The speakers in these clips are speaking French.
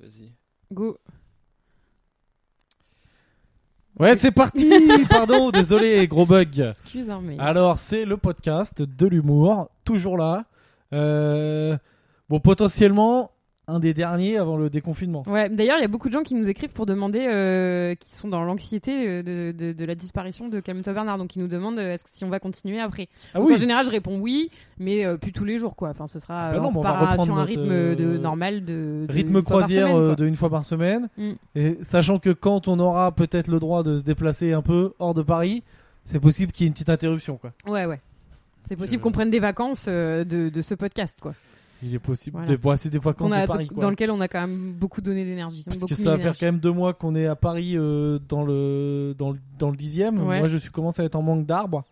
Vas-y. Go. Ouais, c'est parti Pardon, désolé, gros bug. Excuse, hein, mais. Alors, c'est le podcast de l'humour, toujours là. Euh, bon, potentiellement, un des derniers avant le déconfinement. Ouais, d'ailleurs, il y a beaucoup de gens qui nous écrivent pour demander, euh, qui sont dans l'anxiété euh, de, de- de la disparition de Calme-toi Bernard. Donc, ils nous demandent euh, est-ce que si on va continuer après. Ah Donc, En oui général, je réponds oui, mais euh, plus tous les jours, quoi. Enfin, ce sera. Ah bah euh, non, on mais on va repartira reprendre sur un notre, rythme euh, de, normal de. de Rythme une fois par croisière semaine, euh, quoi. de une fois par semaine. Mm. Et sachant que quand on aura peut-être le droit de se déplacer un peu hors de Paris, c'est possible qu'il y ait une petite interruption. Quoi. Ouais, ouais. C'est possible Je- qu'on prenne des vacances euh, de, de ce podcast, quoi. Il est possible. Voilà. de passer des vacances Qu'on a, de Paris. quoi. dans lequel on a quand même beaucoup donné d'énergie. Parce beaucoup que mis ça va faire d'énergie. quand même deux mois qu'on est à Paris euh, dans, le, dans, le, dans le dixième. Ouais. Moi, je suis commence à être en manque d'arbres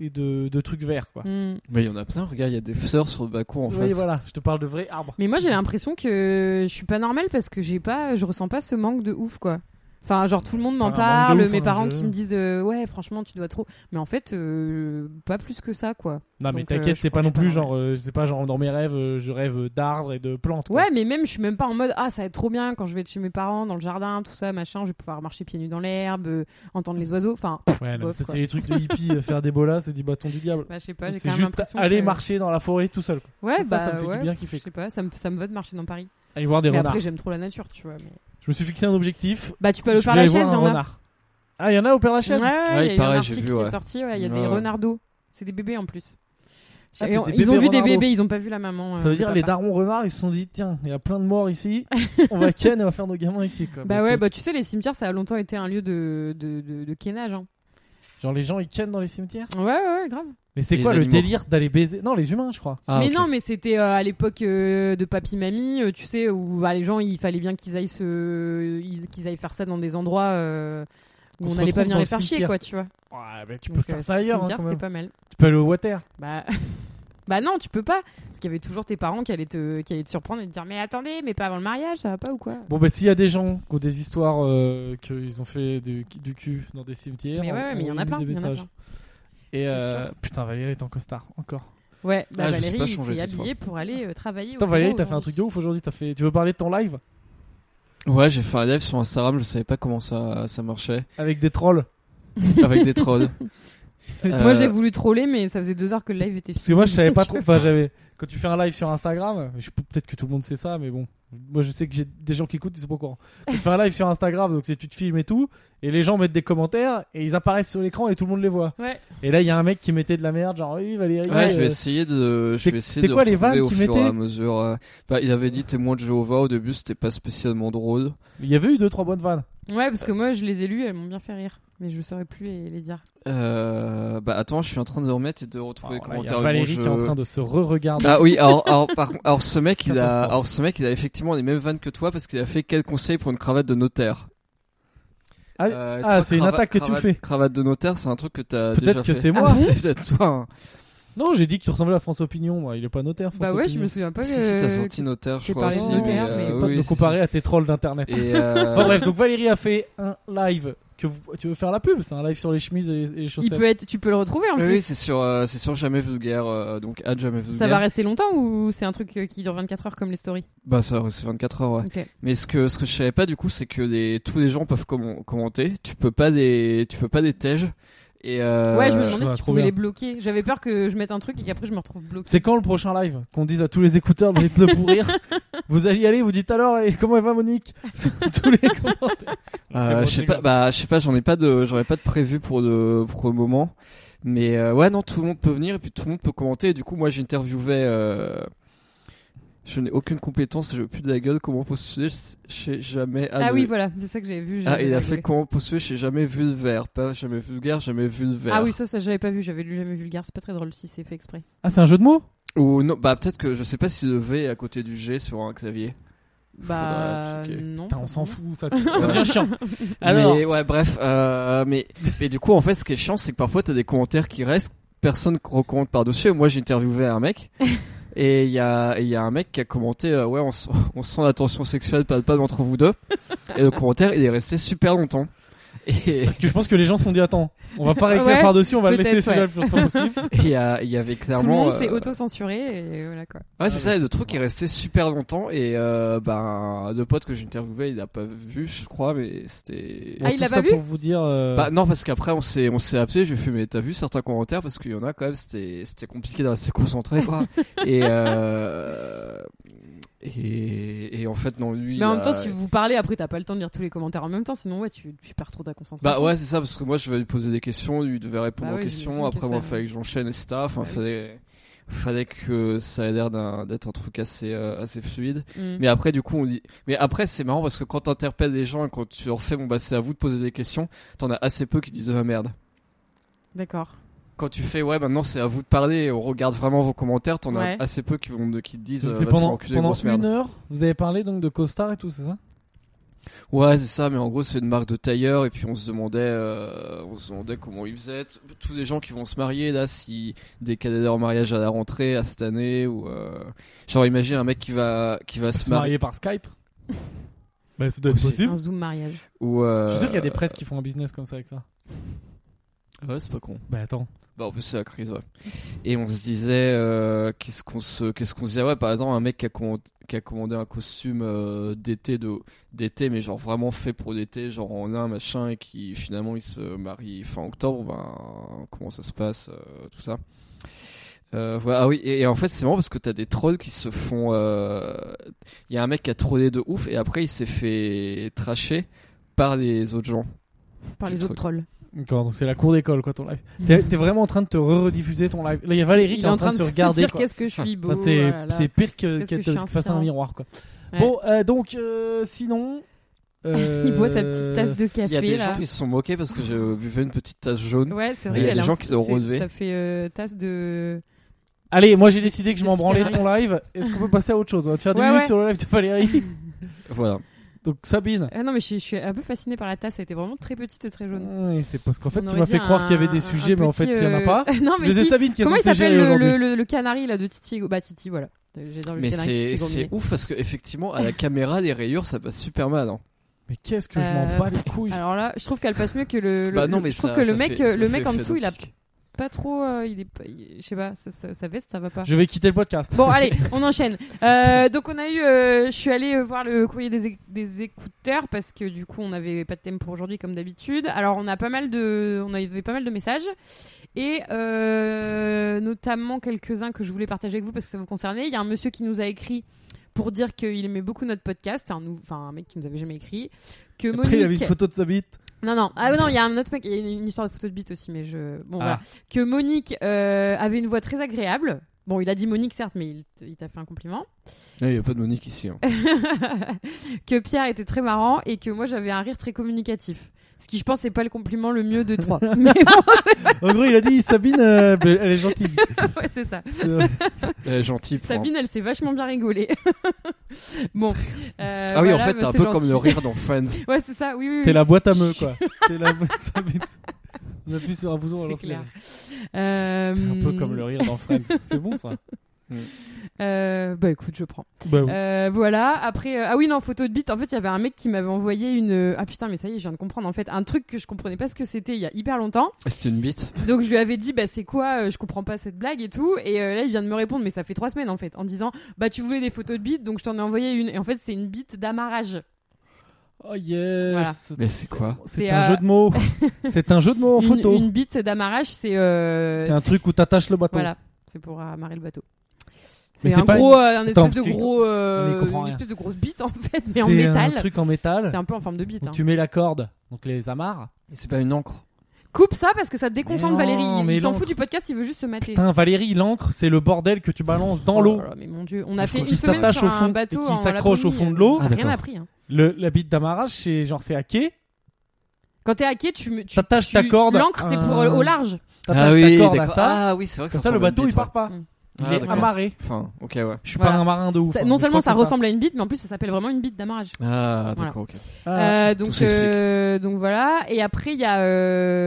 et de, de trucs verts. Quoi. Mm. Mais il y en a plein, regarde, il y a des fleurs sur le bacon en Oui, face. voilà, je te parle de vrais arbres. Mais moi j'ai l'impression que je suis pas normale parce que j'ai pas, je ressens pas ce manque de ouf quoi. Enfin genre tout le monde C'est m'en pas un manque de parle, ouf, mes hein, parents je- qui me disent euh, ouais franchement tu dois trop, mais en fait euh, pas plus que ça quoi. Non, Donc, mais euh, t'inquiète, je c'est pas pense non pas, plus ouais. genre, euh, c'est pas genre dans mes rêves, euh, je rêve d'arbres et de plantes. quoi. Ouais mais même je suis même pas en mode ah ça va être trop bien quand je vais être chez mes parents dans le jardin tout ça machin, je vais pouvoir marcher pieds nus dans l'herbe, euh, entendre les oiseaux, enfin Ouais, non, mais Bof, ça, quoi. c'est les trucs de hippie, euh, faire des bolas, c'est du bâton du diable. bah, je sais pas j'ai c'est quand même juste l'impression aller que- marcher dans la forêt tout seul. quoi. Ouais ça, bah ça me fait du ouais, bien kiffer, Je sais pas ça me ça me va de marcher dans Paris. Aller voir des mais renards. après j'aime trop la nature tu vois. mais- Je me suis fixé un objectif. Bah tu peux aller au je vais Père-Lachaise voir il y un en a. renard. Ah, il y en a au Père Ouais, Lachaise ouais, Ouais, il y a eu un pareil, j'ai article vu, qui ouais. est sorti, ouais, il y a Ouais, des ouais. renardos. C'est des bébés en plus. Ah, Et c'est on- des ils ont bébés vu des renardos. bébés, ils ont pas vu la maman. Ça euh, veut le dire les papa. darons renards, ils se sont dit tiens, il y a plein de morts ici, on va ken et on va faire nos gamins ici. Quoi. Bah Donc, ouais, euh, bah tu sais, les cimetières, ça a longtemps été un lieu de, de, de, de kénage. hein. Genre les gens ils ken dans les cimetières. Ouais, ouais, ouais, grave. Mais c'est Et quoi les le animaux. délire d'aller baiser Non, les humains, je crois. Ah, mais ok. non, mais c'était euh, à l'époque euh, de papy-mamie, euh, tu sais, où bah, les gens, il fallait bien qu'ils aillent, se... ils- qu'ils aillent faire ça dans des endroits euh, où Qu'on on se n'allait pas venir retrouve dans les le faire chier, cimetière. quoi, tu vois. Ouais, mais tu Donc, peux euh, faire ça ailleurs. hein, cimetière, quand c'était même. pas mal. Tu peux aller au water. Bah... bah non, tu peux pas. Parce qu'il y avait toujours tes parents qui allaient, te... qui allaient te surprendre et te dire Mais attendez, mais pas avant le mariage, ça va pas ou quoi Bon, bah s'il y a des gens qui ont des histoires euh, qu'ils ont fait du, du cul dans des cimetières, Mais ouais, ouais, mais il y en a plein, envoyez-nous des il y en a messages. plein. Et C'est euh, putain, Valérie est en costard, encore. Ouais, bah Ah, je sais Valérie, pas il changer s'est cette habillée pour aller euh, travailler. Putain, au Valérie, bureau t'as fait un truc de aujourd'hui. ouf aujourd'hui. t'as Fait... Tu veux parler de ton live Ouais, j'ai fait un live sur Instagram, je savais pas comment ça, ça marchait. avec des trolls Avec des trolls. Euh, Moi, j'ai voulu troller, mais ça faisait deux heures que le live était Parce fini. que moi, je savais pas trop. Enfin, j'avais. Quand tu fais un live sur Instagram, je... peut-être que tout le monde sait ça, mais bon. Moi, je sais que j'ai des gens qui écoutent, ils sont pas au courant. Quand tu fais un live sur Instagram, donc c'est tu te filmes et tout, et les gens mettent des commentaires, et ils apparaissent sur l'écran et tout le monde les voit. Ouais. Et là, il y a un mec qui mettait de la merde, genre, oui, Valérie. Ouais, je vais essayer de. Je c'était- vais essayer c'était de quoi les vannes retrouver au qu'il fur et mettait à mesure. euh, Bah, il avait dit témoin de Jéhovah au début, c'était pas spécialement drôle. euh, Il y avait eu deux, trois bonnes vannes. Ouais, parce que moi, je les ai lus, elles m'ont bien fait rire. Mais je saurais plus les, les dire. Euh, bah, attends, je suis en train de remettre et de retrouver les Voilà, Oh, il y commentaires. a mais bon, Valérie je- qui est en train de se re-regarder. Ah oui, alors, alors, par contre- alors ce mec, il a, Catastrophe. alors ce mec, il a effectivement les mêmes vannes que toi parce qu'il a fait quel conseil pour une cravate de notaire Ah, Euh, ah, toi, c'est une crava- attaque que tu cravate- fais. Cravate de notaire, c'est un truc que t'as déjà Peut-être que fait. c'est Ah moi. bon C'est peut-être toi. hein. non, j'ai dit que tu ressemblais à François Pignon. moi, Il est pas notaire. François Bah ouais, je Pignon. me souviens pas. Si, que- si, t'as sorti notaire, je j'ai crois parlé aussi. de Non, notaire, mais, mais- euh, c'est oui, pas de oui, me si, comparer à tes trolls d'internet. si. Et, euh, Enfin bref, donc Valérie a fait un live. Que vous- tu veux faire la pub C'est un live sur les chemises et, et les Il chaussettes. peut être, tu peux le retrouver en oui, oui, plus. c'est sur, euh, c'est sur Jamais Vulgaire, euh, donc à Jamais Vulgaire. Ça va rester longtemps ou c'est un truc euh, qui dure 24 heures comme les stories Bah, ça va rester 24 heures, ouais. Ok. Mais ce que, ce que je savais pas du coup, c'est que les, tous les gens peuvent commen- commenter. Tu peux pas des, tu peux pas des tèges. Et euh, Ouais, je me je demandais vois, si tu trop pouvais bien. les bloquer. J'avais peur que je mette un truc et qu'après je me retrouve bloqué. C'est quand le prochain live Qu'on dise à tous les écouteurs de le pourrir. vous allez y aller, vous dites alors, et comment elle va Monique Sur Tous les commentaires. C'est Euh, bon, je sais c'est pas, grave. bah, je sais pas, j'en ai pas de, j'aurais pas de prévu pour le, pour le moment. Mais euh, ouais, non, tout le monde peut venir et puis tout le monde peut commenter. Et du coup, moi, j'interviewais. euh, je n'ai aucune compétence, je veux plus de la gueule. Comment postuler chez jamais. Ah oui, voilà, c'est ça que j'avais vu. Ah, j'avais il a rigolé. fait comment postuler chez jamais vulgaire, pas jamais vulgaire, jamais vulgaire. Ah oui, ça, ça j'avais pas vu. J'avais lu jamais vulgaire. C'est pas très drôle si c'est fait exprès. Ah, c'est un jeu de mots Ou non, bah peut-être que je sais pas si le V est à côté du G sur un clavier. Bah Faudrait checker. non. Putain, on s'en forcément. fout, ça, ça devient chiant. Alors, Mais ouais, bref. euh, mais, mais du coup, en fait, ce qui est chiant, c'est que parfois, t'as des commentaires qui restent, personne recommande par-dessus. Et Moi, j'ai interviewé un mec. Et il y a, et il y a un mec qui a commenté euh, Ouais, on, sent- on sent la tension sexuelle palpable entre vous deux. Et le commentaire, il est resté super longtemps. Et Parce que je pense que les gens se sont dit attends, on va pas réécrire Ouais, par-dessus, on va le laisser peut-être, celui-là le plus longtemps possible. et il y, a- il y avait Tout le clairement. monde s'est euh, auto-censuré et voilà quoi. Ouais, c'est Ah, ça, mais le truc est resté super longtemps et euh, ben le pote que j'interviewais, il a pas vu, je crois, mais c'était. Ah, il tout l'a ça pas vu pour vous dire euh, Bah non, parce qu'après on s'est on s'est appelé, j'ai fait mais t'as vu certains commentaires parce qu'il y en a quand même c'était c'était compliqué de rester concentré quoi. et euh, et et en fait non lui. Mais en il même a- temps, si vous parlez, après, t'as pas le temps de lire tous les commentaires en même temps, sinon, ouais, tu, tu perds trop ta Bah concentration. ouais c'est ça parce que moi je vais lui poser des questions, lui devait répondre Bah aux oui, questions, j'imagine que après moi ça- fallait que j'enchaîne et ça, enfin Bah oui. fallait fallait que ça ait l'air d'un- d'être un truc assez euh, assez fluide. Mm. Mais après, du coup, on dit. Mais après, c'est marrant parce que quand t'interpelles les gens et quand tu leur fais, bon, bah, c'est à vous de poser des questions, t'en as assez peu qui disent, ah merde. D'accord. Quand tu fais, ouais, maintenant c'est à vous de parler et on regarde vraiment vos commentaires, t'en Ouais. as assez peu qui, vont, qui te disent, c'est euh, va te faire pendant, enculer, pendant grosse merde. une heure, vous avez parlé donc de costard et tout, c'est ça Ouais, c'est ça, mais en gros, c'est une marque de tailleur, et puis on se demandait, euh, on se demandait comment ils faisaient. T- Tous les gens qui vont se marier, là, si des cadets en mariage à la rentrée, à cette année, ou. euh, Genre, imagine un mec qui va, qui va se Se marier. marier par Skype Bah ça doit être Aussi. possible. Un zoom mariage. Ou, euh, Je suis sûr qu'il y a des prêtres qui font un business comme ça avec ça. Ouais, c'est pas con. Bah attends. Bah en plus c'est la crise ouais. Et on se disait euh, qu'est-ce qu'on se qu'est-ce qu'on se disait ouais par exemple un mec qui a commandé, qui a commandé un costume euh, d'été de d'été mais genre vraiment fait pour l'été genre en un machin et qui finalement il se marie fin octobre ben comment ça se passe euh, tout ça. Euh, voilà, ah oui, et, et en fait c'est marrant parce que t'as des trolls qui se font. Il y a un mec qui a trollé de ouf et après il s'est fait tracher par les autres gens. Par Petit les autres truc. trolls. D'accord, donc c'est la cour d'école quoi ton live. T'es t'es vraiment en train de te rediffuser ton live. Là il y a Valérie qui Il est en train de se regarder dire quoi. qu'est-ce que je suis beau. Enfin, c'est voilà. c'est pire que, Qu'est-ce que qu'être je suis face à un inspirant. miroir quoi. Ouais. Bon euh, donc euh, sinon. euh, Il boit sa petite tasse de café. Il y a des là. gens qui se sont moqués parce que je buvais une petite tasse jaune. Ouais, c'est Il vrai. y a qu'elle des un- gens qui ont c'est- relevé. Ça fait euh, tasse de. Allez, moi j'ai décidé que je Des m'en petits branlais de ton live. Est-ce qu'on peut passer à autre chose On va te faire des Ouais, minutes ouais. sur le live de Valérie. Voilà. Donc Sabine. Ah non, mais je, je suis un peu fascinée par la tasse. Elle était vraiment très petite et très jaune. Oui, c'est parce qu'en fait On tu aurait m'as dit fait croire un- qu'il y avait des un sujets, mais en fait petit, il y en a euh, pas. non, mais Je sais si. Sabine qui est Comment il censée s'appelle gérer le, le, aujourd'hui. le, le canari là de Titi Bah Titi, voilà. J'adore le Mais canari c'est Titi c'est Gourmet. ouf parce que effectivement à la caméra les rayures ça passe super mal. hein. Mais qu'est-ce que je m'en Euh, bats les couilles. Alors là, je trouve qu'elle passe mieux que le. le- Bah non le- mais je trouve ça- que le ça mec, euh, fait- ça le fait mec en effet dessous, il a d'optique. pas trop. euh, il est, pas- il- je sais pas, ça, ça, sa veste, ça va pas. Je vais quitter le podcast. Bon, allez, on enchaîne. Euh, donc, on a eu. euh, je suis allée euh, voir le courrier des, éc- des écouteurs parce que du coup, on n'avait pas de thème pour aujourd'hui comme d'habitude. Alors, on a pas mal de, on avait pas mal de messages et euh, notamment quelques-uns que je voulais partager avec vous parce que ça vous concernait. Il y a un monsieur qui nous a écrit pour dire qu'il aimait beaucoup notre podcast, un, nou- enfin un mec qui nous avait jamais écrit. Que Après il y avait Monique- une photo de sa bite. non, non. Ah non, il y a un autre mec, il y a une une histoire de photo de bite aussi, mais je. Bon, Ah. voilà. Que Monique euh, avait une voix très agréable. Bon, il a dit Monique, certes, mais il, t- il t'a fait un compliment. Ouais, Il Eh, y a pas de Monique ici. hein. que Pierre était très marrant et que moi j'avais un rire très communicatif. Ce qui, je pense, c'est pas le compliment le mieux de trois. mais bon, En gros il a dit Sabine, euh, ben, elle est gentille. ouais, c'est ça. Euh, Euh, gentil. Pour un- Sabine, elle s'est vachement bien rigolée. bon. euh, Ah oui en voilà, fait bah, t'es un c'est peu gentil. comme le rire dans Friends. Ouais, c'est ça, oui, oui. oui. T'es la boîte à meux quoi. T'es la boîte Sabine. On appuie sur un bouton C'est alors clair. Euh, C'est un peu comme le rire dans Friends. C'est bon ça. euh, bah écoute, je prends. Bah oui. Euh, voilà, après, euh, ah oui, non, photo de bite. En fait, il y avait un mec qui m'avait envoyé une. Ah putain, mais ça y est, je viens de comprendre. En fait, un truc que je comprenais pas ce que c'était il y a hyper longtemps. C'est une bite. Donc, je lui avais dit, bah, c'est quoi euh, Je comprends pas cette blague et tout. Et euh, là, il vient de me répondre, mais ça fait trois semaines en fait, en disant, bah, tu voulais des photos de bite, donc je t'en ai envoyé une. Et en fait, c'est une bite d'amarrage. Oh yes. Voilà. Mais c'est quoi C'est C'est, un euh, jeu de mots. C'est un jeu de mots en une, photo. une bite d'amarrage, c'est. euh, C'est un truc où t'attaches le bateau. Voilà, c'est pour amarrer le bateau. Mais C'est c'est un pas gros, euh, un Attends, espèce de parce que- gros, on y euh, comprend une rien. espèce de grosse bite en fait, mais C'est en un métal. truc en métal. C'est un peu en forme de bite. Donc hein. tu mets la corde, donc les amarres. Mais C'est pas une encre. Coupe ça parce que ça déconcentre Mais non, Valérie. Il- mais Il s'en l'encre. fout du podcast, il veut juste se mater. Putain, Valérie, l'encre, c'est le bordel que tu balances dans Oh l'eau. là là, Mais mon dieu, on a Je fait crois une qu'il semaine s'attache sur un au fond bateau et qu'il en s'accroche au Laponie, fond de l'eau. on a Ah, rien d'accord. appris. hein. Le- La bite d'amarrage, c'est genre c'est hacké. Quand t'es hacké, tu me- tu- T'attaches tu- ta corde. Ah, L'encre, c'est pour à un- euh, au large. T'attaches ta corde à d'accord. ça. Ah oui c'est vrai que Comme ça ça, le ressemble à une bateau il bite, part pas. Mm. ouais. Il Ah, est d'accord. amarré. Enfin ok ouais. Je suis pas Voilà. un marin de ouf. Ça- hein, non mais je seulement crois ça que c'est ressemble à une bite, mais en plus ça s'appelle vraiment une bite d'amarrage. Ah Voilà. d'accord ok. Ah, Euh, donc, s'explique. euh, donc voilà. Et après, il y a.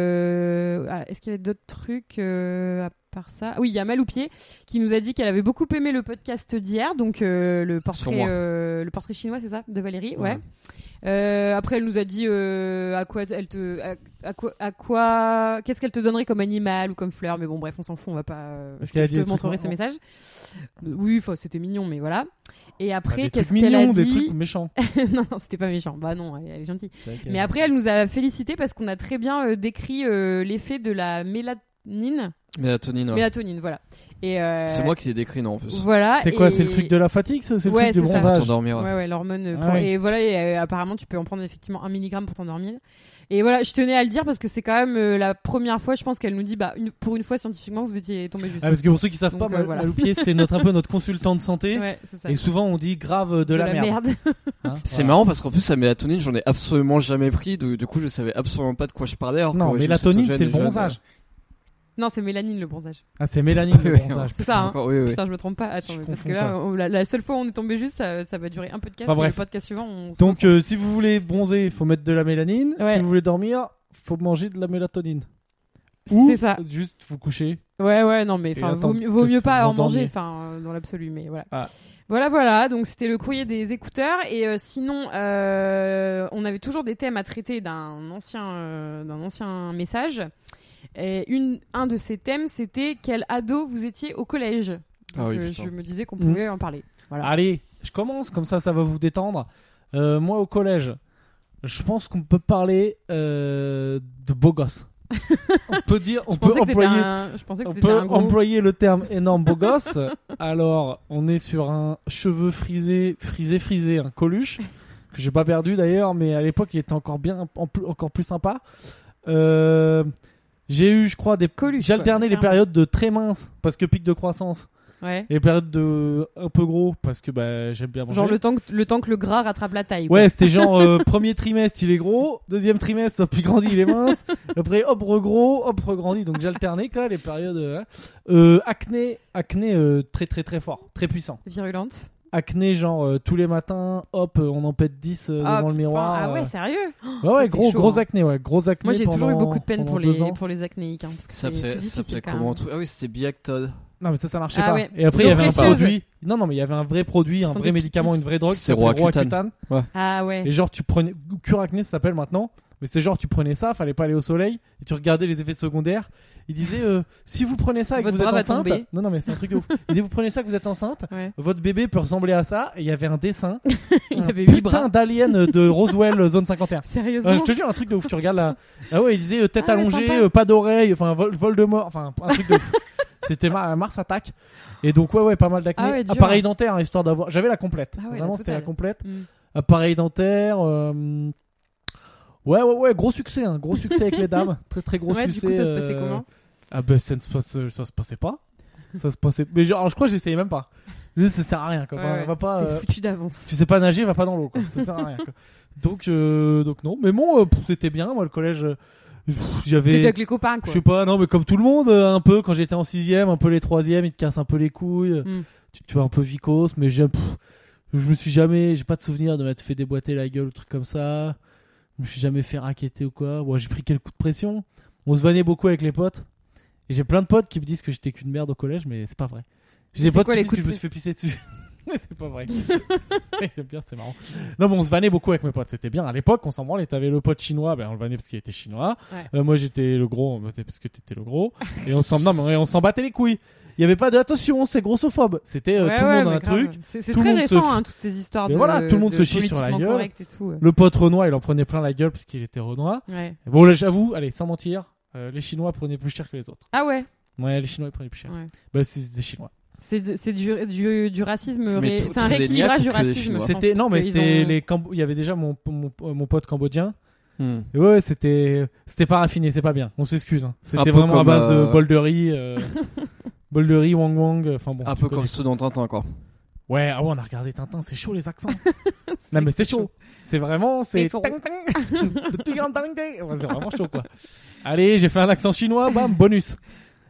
euh, ah, Est-ce qu'il y avait d'autres trucs euh, à part ça Ah Oui, il y a Maloupier qui nous a dit qu'elle avait beaucoup aimé le podcast d'hier, donc euh, le Sur portrait, moi. euh, le portrait chinois, c'est ça, de Valérie, ouais. Ouais. Euh, après, elle nous a dit euh, à quoi elle te, à, à quoi, à quoi, qu'est-ce qu'elle te donnerait comme animal ou comme fleur. Mais bon, bref, on s'en fout, on va pas. euh, Est-ce je qu'elle a te- dit je des te trucs montrerai ses marrants Ah, messages. Euh, Oui, enfin, c'était mignon, mais voilà. Et Des après, trucs qu'est-ce qu'elle a mignons, des dit trucs méchants. Non, non, c'était pas méchant. Bah non, elle, elle est gentille. C'est vrai qu'elle- Mais après, elle nous a félicité parce qu'on a très bien euh, décrit euh, l'effet de la mélatonine. Mélatonine, ouais. Mélatonine, voilà. Et euh, Ah. C'est moi qui l'ai décrit, non, en plus. Voilà. C'est quoi et- C'est le truc de la fatigue, ça, ou c'est le Ouais, truc du c'est ça. bronzage T'endormir, ouais. Ouais, ouais, l'hormone. euh, Ah pour- ouais. Et voilà, et, euh, apparemment, tu peux en prendre effectivement un milligramme pour t'endormir. Et voilà, je tenais à le dire parce que c'est quand même euh, la première fois, je pense qu'elle nous dit, bah, une- pour une fois, scientifiquement, vous étiez tombé juste. Ah, Parce que pour ceux qui savent Donc, pas, euh, Mal- voilà. Maloupier, c'est notre, un peu notre consultant de santé. ouais, c'est ça. Et souvent, on dit grave euh, de, De la, merde. hein. C'est Voilà. marrant parce qu'en plus, la mélatonine, j'en ai absolument jamais pris. Du, du coup, je savais absolument pas de quoi je parlais. alors Non, qu'au mais régime la tonine, cétogène c'est le et jeûne, bronzage. Non, c'est mélanine le bronzage. Ah, c'est mélanine le Ouais, bronzage. C'est ça, hein. Encore, oui, oui. Putain, je me trompe pas. Attends, Je mais parce confonds que là, on- la, la seule fois où on est tombé juste, ça, ça va durer un podcast. Enfin, et bref. Le podcast suivant, on se Donc, euh, si vous voulez bronzer, faut mettre de la mélanine. Ouais. Si vous voulez dormir, faut manger de la mélatonine. retrouve. Ou c'est ça. juste vous coucher. Ouais, ouais, non, mais Et enfin, attendre vaut mieux, vaut que mieux vous pas en endormiez. manger, enfin, euh, dans l'absolu, mais voilà. Ah. Voilà, voilà. Donc c'était le courrier des écouteurs, et euh, sinon, euh, on avait toujours des thèmes à traiter d'un ancien, euh, d'un ancien message. Et une, un de ces thèmes, c'était quel ado vous étiez au collège. Donc, Ah oui, euh, putain. je me disais qu'on pouvait en parler. Voilà. Allez, je commence, comme ça, ça va vous détendre. Euh, moi, au collège, je pense qu'on peut parler euh, de beau gosse. on peut dire, on je, peut pensais que c'était employer. un, je pensais que On c'était peut un gros. employer le terme énorme beau gosse. Alors, on est sur un cheveu frisé, frisé, frisé, un coluche, que j'ai pas perdu d'ailleurs, mais à l'époque, il était encore bien, en plus- encore plus sympa. Euh, j'ai eu, je crois, des. Coluche, J'ai alterné quoi, les clairement. périodes de très mince, parce que pic de croissance, Ouais. et les périodes de un peu gros, parce que bah, j'aime bien manger. Genre le temps, que, le temps que le gras rattrape la taille. quoi. Ouais, c'était genre euh, premier trimestre, il est gros, deuxième trimestre, hop, il grandit, il est mince, après hop, regros, hop, regrandit. Donc j'alternais quand même les périodes. euh, hein. Euh, acné, acné euh, très très très fort, très puissant. Virulente. Acné, genre euh, tous les matins, hop, euh, on en pète 10 euh, Ah, devant le putain, miroir. Ah ouais, euh. sérieux. Ouais, ouais, c'est gros, chaud, gros hein. acné, ouais, gros acné. Moi, j'ai toujours eu pendant- beaucoup de peine pendant pour deux les, ans. pour les acnéiques. Hein, parce que Ça c'est- c'est s'appelait ça difficile, s'appelait quand comment même. un truc Ah oui, c'était Biactod. Non, mais ça, ça marchait Ah pas. ouais. Et après, il L'eau y avait un précieuse. produit. Non, non, mais il y avait un vrai produit, Ils un sont vrai des médicament, une pipis. vraie drogue. C'est s'appelait Roaccutane. Roaccutane. Ah ouais. Et genre, tu prenais. Cure acné, ça s'appelle maintenant. Mais c'était genre, tu prenais ça, fallait pas aller au soleil. Et tu regardais les effets secondaires. Il disait, euh, si vous prenez ça et que Votre vous êtes bras va enceinte. tomber. Non, non, mais c'est un truc de ouf. Il disait, vous prenez ça que vous êtes enceinte. Ouais. Votre bébé peut ressembler à ça. Et il y avait un dessin. Il un avait huit putain bras. d'alien de Roswell, euh, zone 51. Sérieusement Euh, je te jure, un truc de ouf. Tu regardes là. Ah ouais, il disait, euh, tête Ah ouais, allongée, sympa. euh, pas d'oreille, enfin, vol, vol de mort. Enfin, un truc de ouf. C'était Mar- Mars Attack. Et donc, ouais, ouais, pas mal d'acné. Ah ouais, dur. Appareil dentaire, hein, histoire d'avoir. J'avais la complète. Ah ouais, la Vraiment, c'était la totale. complète Mm. appareil dentaire. euh, Ouais, ouais, ouais, gros succès, hein, gros succès avec les dames. Très, très gros Ouais, du succès. coup, ça se passait euh, comment Ah, bah, ça, ne se passe- ça se passait pas. Ça se passait. Mais genre, je crois que j'essayais même pas. Je disais, ça sert à rien, quoi. Ouais, va, ouais, va pas. C'était euh, foutu d'avance. Tu sais pas nager, va pas dans l'eau, quoi. Ça sert à rien, quoi. Donc, euh, donc non. Mais bon, euh, pff, c'était bien. Moi, le collège, euh, pff, T'étais j'avais. avec les copains, quoi. Je sais pas, non, mais comme tout le monde, euh, un peu, quand j'étais en 6 un peu les 3 ils te cassent un peu les couilles. Mm. Tu, tu vois, un peu vicos, mais j'ai- pff, je me suis jamais, j'ai pas de souvenir de m'être fait déboîter la gueule ou truc comme ça. Je me suis jamais fait raqueter ou quoi. Ouais, j'ai pris quelques coups de pression. On se vannait beaucoup avec les potes. Et j'ai plein de potes qui me disent que j'étais qu'une merde au collège, mais c'est pas vrai. J'ai des C'est potes quoi qui les disent que coups de je me suis fait pisser dessus. mais c'est pas vrai. c'est bien, c'est marrant. Non, mais on se vannait beaucoup avec mes potes. C'était bien. À l'époque, on s'en branlait. T'avais le pote chinois, ben on le vannait parce qu'il était chinois. Ouais. Euh, moi, j'étais le gros, on me disait parce que t'étais le gros. Et on s'en, non, mais on s'en battait les couilles. Il y avait pas de attention, c'est grossophobe. C'était euh, Ouais, tout le ouais, monde a mais un grave. truc. C'est c'est Tout le très monde se récent, f- hein, toutes ces histoires Mais de. voilà, tout le monde de se chie sur la politiquement gueule. correct et tout. Le pote Renoir, il en prenait plein la gueule parce qu'il était Renoir. Ouais. Bon, là, j'avoue, allez, sans mentir, euh, les Chinois prenaient plus cher que les autres. Ah ouais, Ouais, les Chinois, ils prenaient plus cher. Ouais. Bah, c'est des Chinois. c'est de- c'est du, du, du racisme. Mais ré- tout- C'est un tous les Niaques rééquilibrage du ou que les racisme. Chinois je C'était, pense, non, mais parce qu'ils c'était ont- les Cam- il y avait déjà mon, mon, mon pote cambodgien. Hmm. Et ouais, ouais, c'était, c'était pas raffiné, c'est pas bien. On s'excuse. hein. Un C'était peu vraiment à comme, base de euh, bol de riz, euh, bol de riz, wang wang. euh, Enfin bon. Un tu peu connais. comme ceux dans Tintin, quoi. Ouais, ah ouais, on a regardé Tintin, c'est chaud les accents. C'est- non mais c'est chaud. C'est vraiment, c'est. C'est chaud. Tang, tang. De tout grand tang, tang. Ouais, C'est vraiment chaud quoi. Allez, j'ai fait un accent chinois, bam, bonus.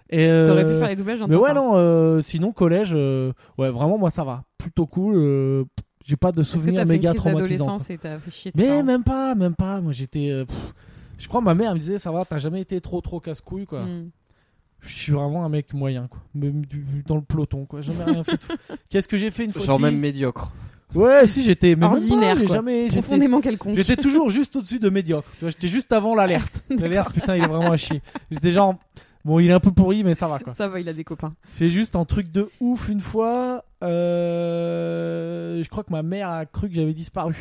Et euh, T'aurais pu faire les hein. doublages dans mais ton ouais temps. non, euh, sinon collège, euh, ouais vraiment moi ça va, plutôt cool. euh, j'ai pas de Parce que t'as souvenirs fait une méga crise traumatisants. d'adolescence et t'as fait chier. tes Mais parents. même pas, même pas. Moi j'étais, euh, pff, je crois ma mère me disait ça va, t'as jamais été trop trop casse couille quoi. Mm. Je suis vraiment un mec moyen quoi, Même du- dans le peloton quoi. Jamais rien fait. de fou. Qu'est-ce que j'ai fait une fois Genre Si, même médiocre. Ouais, si j'étais mais même pas, Ordinaire, j'ai quoi. jamais j'étais- Profondément quelconque. J'étais toujours juste au-dessus de médiocre. Tu vois, j'étais juste avant l'alerte. L'alerte, putain, il est vraiment à chier. J'étais genre bon, il est un peu pourri mais ça va quoi. Ça va, il a des copains. J'ai juste un truc de ouf une fois. euh, Je crois que ma mère a cru que j'avais disparu.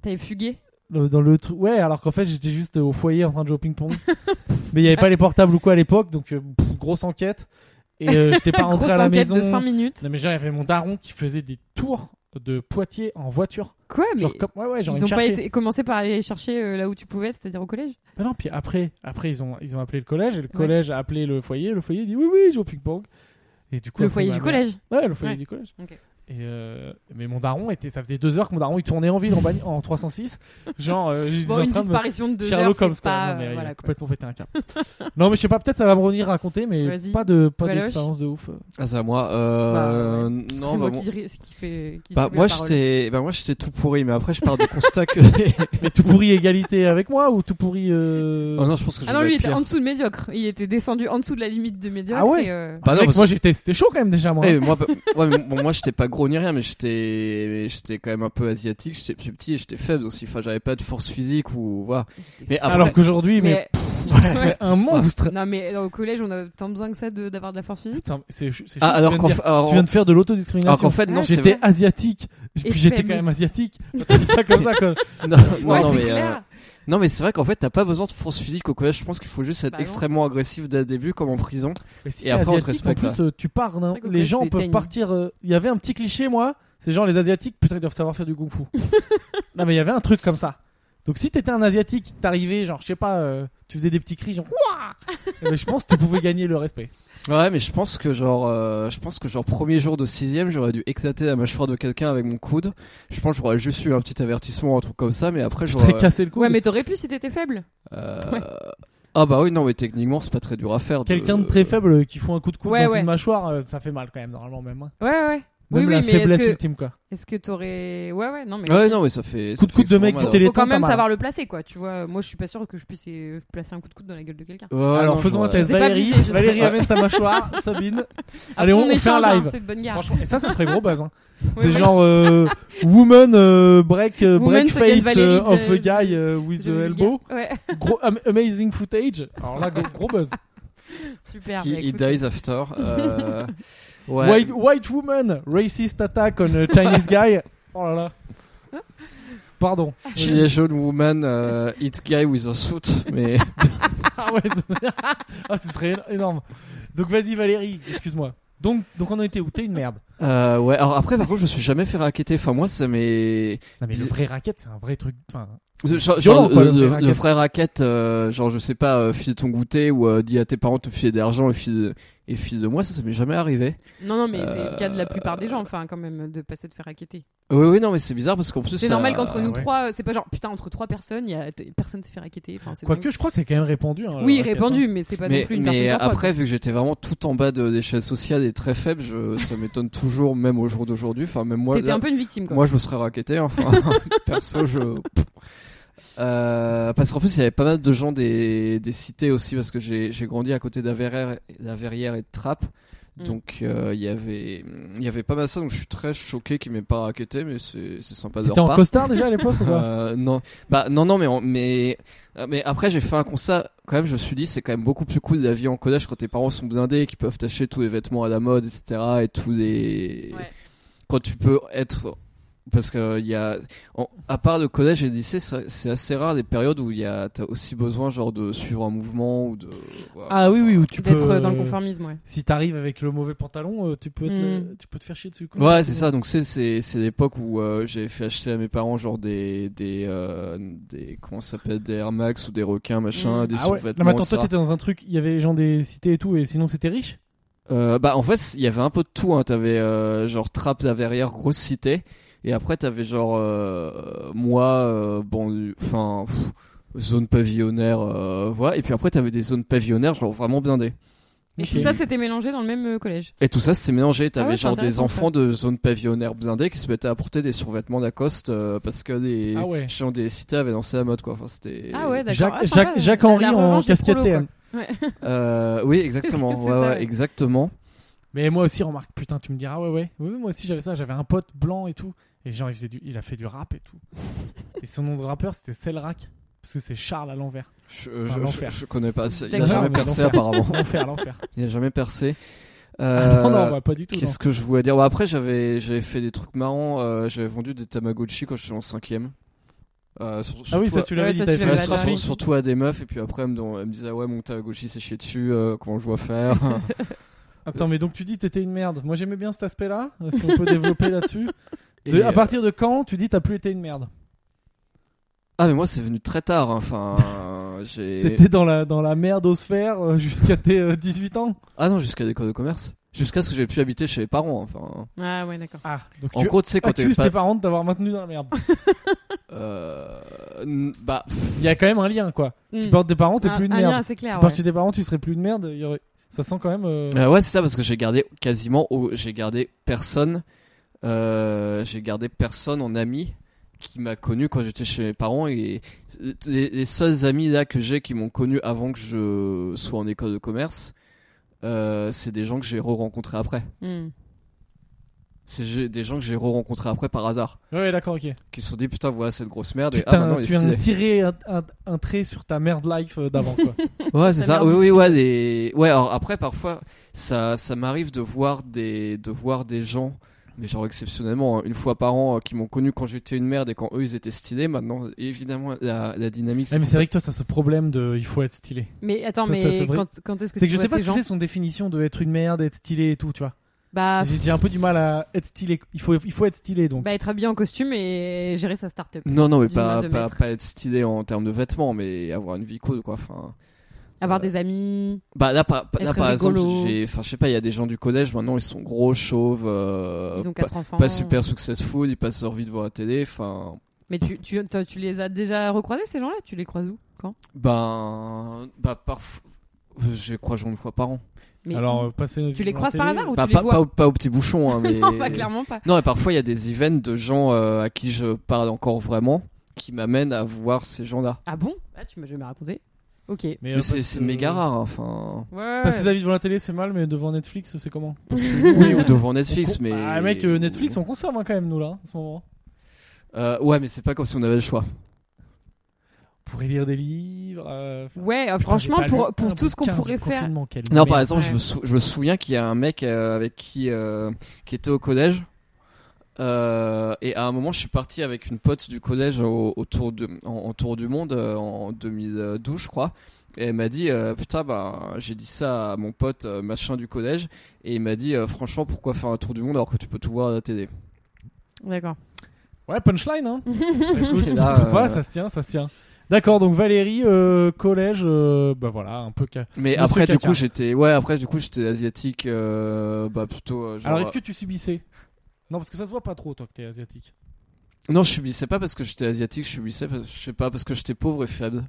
T'avais fugué Le- dans le trou- ouais alors qu'en fait j'étais juste au foyer en train de jouer au ping pong mais il n'y avait pas les portables ou quoi à l'époque donc euh, pff, grosse enquête et euh, j'étais pas rentré Grosse à la enquête maison de 5 minutes. non mais genre il y avait mon daron qui faisait des tours de Poitiers en voiture Quoi Mais genre comme ouais ouais genre il ils me ont pas cherchait. été... commencé par aller chercher euh, là où tu pouvais, c'est-à-dire au collège Mais non puis après après ils ont ils ont appelé le collège et le collège a appelé le foyer le foyer dit oui oui je joue au ping pong et du coup Le après, foyer ma du mère- collège. Ouais, le foyer Ouais. du collège. Ok. Et euh, mais mon daron était, ça faisait deux heures que mon daron il tournait en ville en, bagn- en 306. Genre, euh, j'étais Bon, en une train de me- disparition de deux heures, Sherlock Holmes, c'est quoi. pas... Non, mais euh, il a voilà, quoi. complètement pété un câble. non, mais je sais pas, peut-être ça va me revenir raconter, mais Vas-y. pas de pas Valoche. d'expérience de ouf. Ah, c'est à moi. Euh, C'est Non, bah, moi qui, bon. dirais- ce qui fait... Qui Bah, sauve la moi, parole. j'étais, bah, moi, j'étais tout pourri, mais après, je pars du constat que. Mais tout pourri égalité avec moi ou tout pourri. euh, oh non, je pense que je Ah non, vais lui il pire. était en dessous de médiocre. Il était descendu en dessous de la limite de médiocre. Ah ouais et, euh, Bah non, mec, parce moi j'étais, c'était chaud quand même déjà moi. Eh, moi, bah, ouais, mais bon, moi, j'étais pas gros ni rien, mais j'étais, j'étais quand même un peu asiatique, j'étais plus petit et j'étais faible aussi. Enfin, j'avais pas de force physique ou, voilà. Mais après, Ah, Alors qu'aujourd'hui, mais, mais- mais un monstre. Non, mais euh, au collège, on a tant besoin que ça de- d'avoir de la force physique. Putain, c'est, c'est chaud, Ah, tu alors viens de qu'en, dire- fa- alors- tu viens de faire de alors l'autodiscrimination. qu'en fait, non, c'est j'étais vrai. asiatique, puis j'étais FMI. quand même asiatique. Quand t'as dit ça comme ça, quoi. Non, non, Ouais, non, c'est mais, euh, clair. non, mais c'est vrai qu'en fait, t'as pas besoin de force physique au collège. Je pense qu'il faut juste être Bah non. extrêmement agressif dès le début, comme en prison. Mais si Et t'es après, on te asiatique, respecte, En plus, euh, tu pars, non C'est vrai qu'au les collège, gens c'est peuvent éteignant. partir. euh, Il y avait un petit cliché, moi. C'est genre les asiatiques, putain, ils doivent savoir faire du kung fu. non, mais il y avait un truc comme ça. Donc si t'étais un asiatique, t'arrivais, genre, je sais pas, euh, tu faisais des petits cris, genre, Ouah Eh ben, je pense que tu pouvais gagner le respect. Ouais, mais je pense que genre, euh, je pense que genre premier jour de sixième, j'aurais dû éclater la mâchoire de quelqu'un avec mon coude. Je pense que j'aurais juste eu un petit avertissement, un truc comme ça, mais après Je j'aurais. serais cassé le cou. Ouais, mais t'aurais pu si t'étais faible. Euh, Ouais. Ah bah oui, non, mais techniquement, c'est pas très dur à faire. de- Quelqu'un de très faible euh, qui fout un coup de coude Ouais, dans ouais. une mâchoire, euh, ça fait mal quand même, normalement, même. hein. Ouais, ouais. Même Oui, oui, la mais est-ce faiblesse que- ultime, quoi. Est-ce que t'aurais. Ouais, ouais, non, mais. Ouais, non, mais ça fait. Coup de coude de mec qui qui Faut- téléthon, faut quand pas même mal. savoir le placer, quoi. Tu vois, moi je suis pas sûr que je puisse euh, placer un coup de coude dans la gueule de quelqu'un. hein. Alors faisons un test. C'est pas Valérie, visé, je sais Valérie pas. amène ta mâchoire, Sabine. Après, Allez, on, fait un échange, hein, live. C'est de bonne garde. Franchement, et ça, ça ferait gros buzz. Hein. Ouais, C'est ouais. genre euh, woman euh, break euh, Woman break to get face Valérie euh, of de- a guy euh, with Je the vais le elbow. gars. Ouais, Gros am- amazing footage. Alors là gros, gros buzz. super. He, bah, he écoute. dies after. euh, ouais. White white woman racist attack on a Chinese guy. Oh là là. Pardon. Gilet jaune woman, euh, hit guy with a suit. Mais Ah ouais. c'est- ah ce serait énorme. Donc vas-y Valérie, excuse-moi. Donc donc on en était où T'es une merde. euh, ouais. Alors après, par contre, je me suis jamais fait raqueter. Enfin, moi, ça m'est. Non mais le Biz- vrai racket, c'est un vrai truc. Enfin, Euh, Genre, genre, euh, Violent, quoi, le, le le- vrai le racket. vrai racket, euh, genre je sais pas, euh, filer ton goûter ou euh, dis à tes parents de te filer d'argent et filer, et filer de moi, ça ça m'est jamais arrivé. Non, non, mais c'est le cas de la Euh, plupart des gens, enfin, quand même, de passer de faire raqueter. Oui, oui, non, mais c'est bizarre parce qu'en plus. C'est ça- normal qu'entre nous ouais. trois, euh, c'est pas genre putain, entre trois personnes, il y a t- personne s'est fait raqueter. Enfin, c'est quoique dingue. je crois que c'est quand même répandu. hein, le Oui, racket, hein. répandu, mais c'est pas euh, Mais, non plus une mais personne. sur trois, après, vu que j'étais vraiment tout en bas de l'échelle sociale et très faible, je, ça m'étonne toujours, même au jour d'aujourd'hui. Enfin, même moi, T'étais là, un peu une victime, quoi. moi je me serais raquetté. Enfin, perso, je. Euh, parce qu'en plus, il y avait pas mal de gens des, des cités aussi, parce que j'ai j'ai grandi à côté d'Averrières d'Averrières et de Trappes. Mm. Donc, euh, il y avait il y avait pas mal ça, donc je suis très choqué qu'ils m'aient pas raquetté, mais c'est c'est sympa de leur T'étais en part. costard déjà à l'époque ou pas Euh, non, bah non, non, mais on- mais euh, mais après j'ai fait un constat. Quand même, je me suis dit c'est quand même beaucoup plus cool la vie en collège quand tes parents sont blindés, et qu'ils peuvent t'acheter tous les vêtements à la mode, etc. Et tous les Ouais. quand tu peux être parce que il y a en- à part le collège et le lycée, c'est c'est assez rare les périodes où il y a t'as aussi besoin genre de suivre un mouvement ou de voilà. Ah oui oui, où tu peux D'être euh, dans le euh, conformisme, ouais. si t'arrives avec le mauvais pantalon, euh, tu peux te, Mm. tu peux te faire chier dessus. quoi. Ouais, c'est ça. Donc c'est c'est c'est l'époque où euh, j'ai fait acheter à mes parents genre des des euh, des comment ça s'appelle des Air Max ou des requins machin, Mm. des Ah ouais. Non, sous-vêtements. mais attends, toi etc. t'étais dans un truc, il y avait les gens des cités et tout, et sinon c'était riche. Ah, Euh, bah en fait il y avait un peu de tout hein. t'avais euh, genre trappe la verrière grosse cité et après t'avais genre euh, moi euh, banlieue- enfin pff, zone pavillonnaire euh, voilà et puis après t'avais des zones pavillonnaires genre vraiment blindées Et Ok. tout ça, c'était mélangé dans le même euh, collège. et tout ça c'était mélangé t'avais Ah ouais, c'est genre des intéressant, ça. enfants de zones pavillonnaires blindées qui se mettaient à porter des survêtements Lacoste euh, parce que les Ah ouais. gens des cités avaient lancé la mode quoi enfin c'était Ah ouais, d'accord. Jacques, Ah, sympa, Jacques, Jacques Henry la en revanche des casquette prolos, quoi. TM. Euh, oui exactement C'est ouais, ça, ouais, ouais. exactement Mais moi aussi, remarque, putain, tu me diras, ouais, ouais, ouais, ouais, moi aussi j'avais ça, j'avais un pote blanc et tout. Et genre, il, faisait du- il a fait du rap et tout. et son nom de rappeur, c'était Selrak. Parce que c'est Charles à l'envers. Je, je- Enfin, je- l'enfer. je connais pas. c'est- Il a D'accord. jamais Non, mais percé l'enfer. apparemment. L'enfer, l'enfer. Il a jamais percé. Ah non, Euh, non, bah, pas du tout. non. Qu'est-ce que je voulais dire Bah, Après, j'avais j'avais fait des trucs marrants. euh, j'avais vendu des Tamagotchi quand j'étais en Euh, 5ème. Ah oui, ça tu l'avais Ouais, dit, ça, t'avais tu fait l'avais la déjà soirée. dit. surtout à des meufs. Et puis après, elle me, don- elle me disait Ah ouais, mon Tamagotchi s'est chié dessus. euh, comment je dois faire Attends, mais donc tu dis t'étais une merde. Moi j'aimais bien cet aspect-là, euh, si on peut développer là-dessus. De- Et, euh, à partir de quand tu dis t'as plus été une merde Ah, mais moi, c'est venu très tard. hein. Enfin, j'ai. T'étais dans la, dans la merdosphère euh, jusqu'à tes euh, 18 ans Ah non, jusqu'à des cours de commerce. Jusqu'à ce que j'ai pu habiter chez les parents. Enfin, Ah ouais, d'accord. Ah, donc en tu gros, tu sais, quand t'es accuses pas. tes parents de t'avoir maintenu dans la merde. Euh, n- bah, pff, Il y a quand même un lien quoi. Tu Mm. portes des parents, t'es Un- plus une un merde. lien, c'est Tu clair. portes ouais. des parents, tu serais plus une merde. il y aurait- Ça sent quand même. euh, euh, ouais, c'est ça parce que j'ai gardé quasiment, au- j'ai gardé personne, euh, j'ai gardé personne en ami qui m'a connu quand j'étais chez mes parents et les, les seuls amis là que j'ai qui m'ont connu avant que je sois en école de commerce, euh, c'est des gens que j'ai re-rencontrés après. Mm. C'est j'ai- des gens que j'ai re-rencontrés après par hasard, Ouais, d'accord, ok. qui se sont dit putain voilà cette grosse merde et Tu, ah t'as- maintenant il tu viens de s'est- tirer un, un- un trait sur ta merde life euh, d'avant quoi. Ouais, c'est Ça ça. merde. Oui, oui, ouais. Des... Ouais, alors après, parfois, ça, ça m'arrive de voir des, de voir des gens, mais genre exceptionnellement, hein, une fois par an, euh, qui m'ont connu quand j'étais une merde et quand eux ils étaient stylés. Maintenant, évidemment, la, la dynamique. Ouais, Eh, mais c'est vrai que toi, ça ce problème de il faut être stylé. Mais attends, Ça, ça, mais c'est vrai. quand, quand est-ce que C'est tu que je vois sais pas ces ce que gens c'est son définition de être une merde, être stylé et tout, tu vois. bah, J'ai j'ai un peu du mal à être stylé. Il faut, il faut être stylé donc. bah, être habillé en costume et gérer sa start-up. Non, non, mais Dis-moi pas, de pas, mettre. pas être stylé en termes de vêtements, mais avoir une vie cool, quoi. Enfin, Avoir Euh, des amis. bah là, par- là, Être par exemple, rigolo. j'ai, enfin, je sais pas, il y a des gens du collège maintenant, ils sont gros, chauves, euh, ils ont pas, quatre enfants. pas super successful, ils passent leur vie devant la télé. Enfin, Mais tu, tu, toi, tu les as déjà recroisés ces gens-là Tu les croises où Quand ben, bah parfois, je crois genre une fois par an. Mais- Alors, euh, passer notre tu vie les devant croises la par télé, hasard ou Pas, Oh, tu les pas, vois pas, au- pas au petit bouchon, hein, mais. Non, bah, clairement pas. Non, mais parfois il y a des events de gens euh, à qui je parle encore vraiment qui m'amènent à voir ces gens-là. Ah bon Ah, tu m'as jamais raconté Ok. Ouais, Mais, euh, c'est parce c'est que- méga rare, hein, enfin. Ouais. Passer sa vie devant la télé, c'est mal, mais devant Netflix, c'est comment Oui, ou devant On Netflix, con- mais. Ah, mec, euh, Netflix, on consomme hein, quand même, nous là, en ce moment. Euh, ouais, mais c'est pas comme si on avait le choix. Pour lire des livres. euh, enfin, Ouais, euh, putain, franchement, j'ai pas pour, lu pour un tout ce qu'on bouquin pourrait du faire. confinement, quelle Non, merde. par exemple, je, ouais. me sou- je me souviens qu'il y a un mec euh, avec qui. euh, qui était au collège. Euh, et à un moment, je suis parti avec une pote du collège au, au tour de, en, en tour du monde euh, en 2012, je crois. Et elle m'a dit euh, putain bah j'ai dit ça à mon pote euh, machin du collège et il m'a dit euh, franchement pourquoi faire un tour du monde alors que tu peux tout voir à la télé. D'accord. Ouais, punchline, hein. Et Écoute, là, on peut pas, euh, ça se tient, ça se tient. D'accord, donc Valérie, euh, collège, euh, bah voilà, un peu. ca- Mais Monsieur après du Caca. coup j'étais ouais après du coup j'étais asiatique euh, bah plutôt euh, genre, Alors, est-ce que tu subissais Non, parce que ça se voit pas trop, toi, que t'es asiatique. Non, je subissais pas parce que j'étais asiatique, je subissais, parce- je sais pas, parce que j'étais pauvre et faible.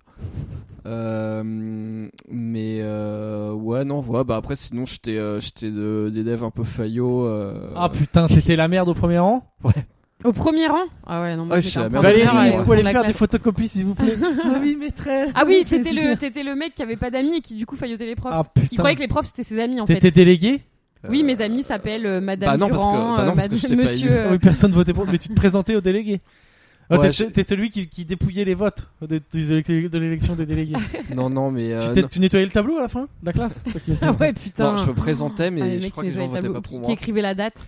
Euh, mais euh, ouais, non, voilà. Bah après, sinon, j'étais euh, j'étais de- d'élève un peu faillot. euh, Ah putain, t'étais la merde au premier rang Au premier rang Ah ouais, non, moi Ouais, je suis j'étais un la peu merde. en Valérie, Valérie, ouais, première, au vous faut fond pouvez de aller la me faire des classe. photocopies, s'il vous plaît Ah oui, maîtresse Ah oui, ça me fait t'étais le, plaisir. t'étais le mec qui avait pas d'amis et qui du coup faillotait les profs. Ah Il putain croyait que les profs c'était ses amis en fait. T'étais délégué euh, Oui, mes amis s'appellent euh, Madame bah non, parce Durand, que- bah non, euh, parce que Madame- j'étais pas Monsieur. élu. euh, Ah Oui, personne votait pour. Mais tu te présentais au délégué. Ah, Ouais, t'es- j'ai- T'es celui qui, qui dépouillait les votes de, de- de l'élection des délégués. Non, non, mais. euh, tu, t'es- non. tu nettoyais le tableau à la fin de la classe c'est toi qui nettoyais Ah le ouais, tableau. putain. Non, je me présentais, mais Ah, les je mecs crois qui que les gens nettoyaient le votaient tableau, pas qui, pour qui moi. écrivait la date.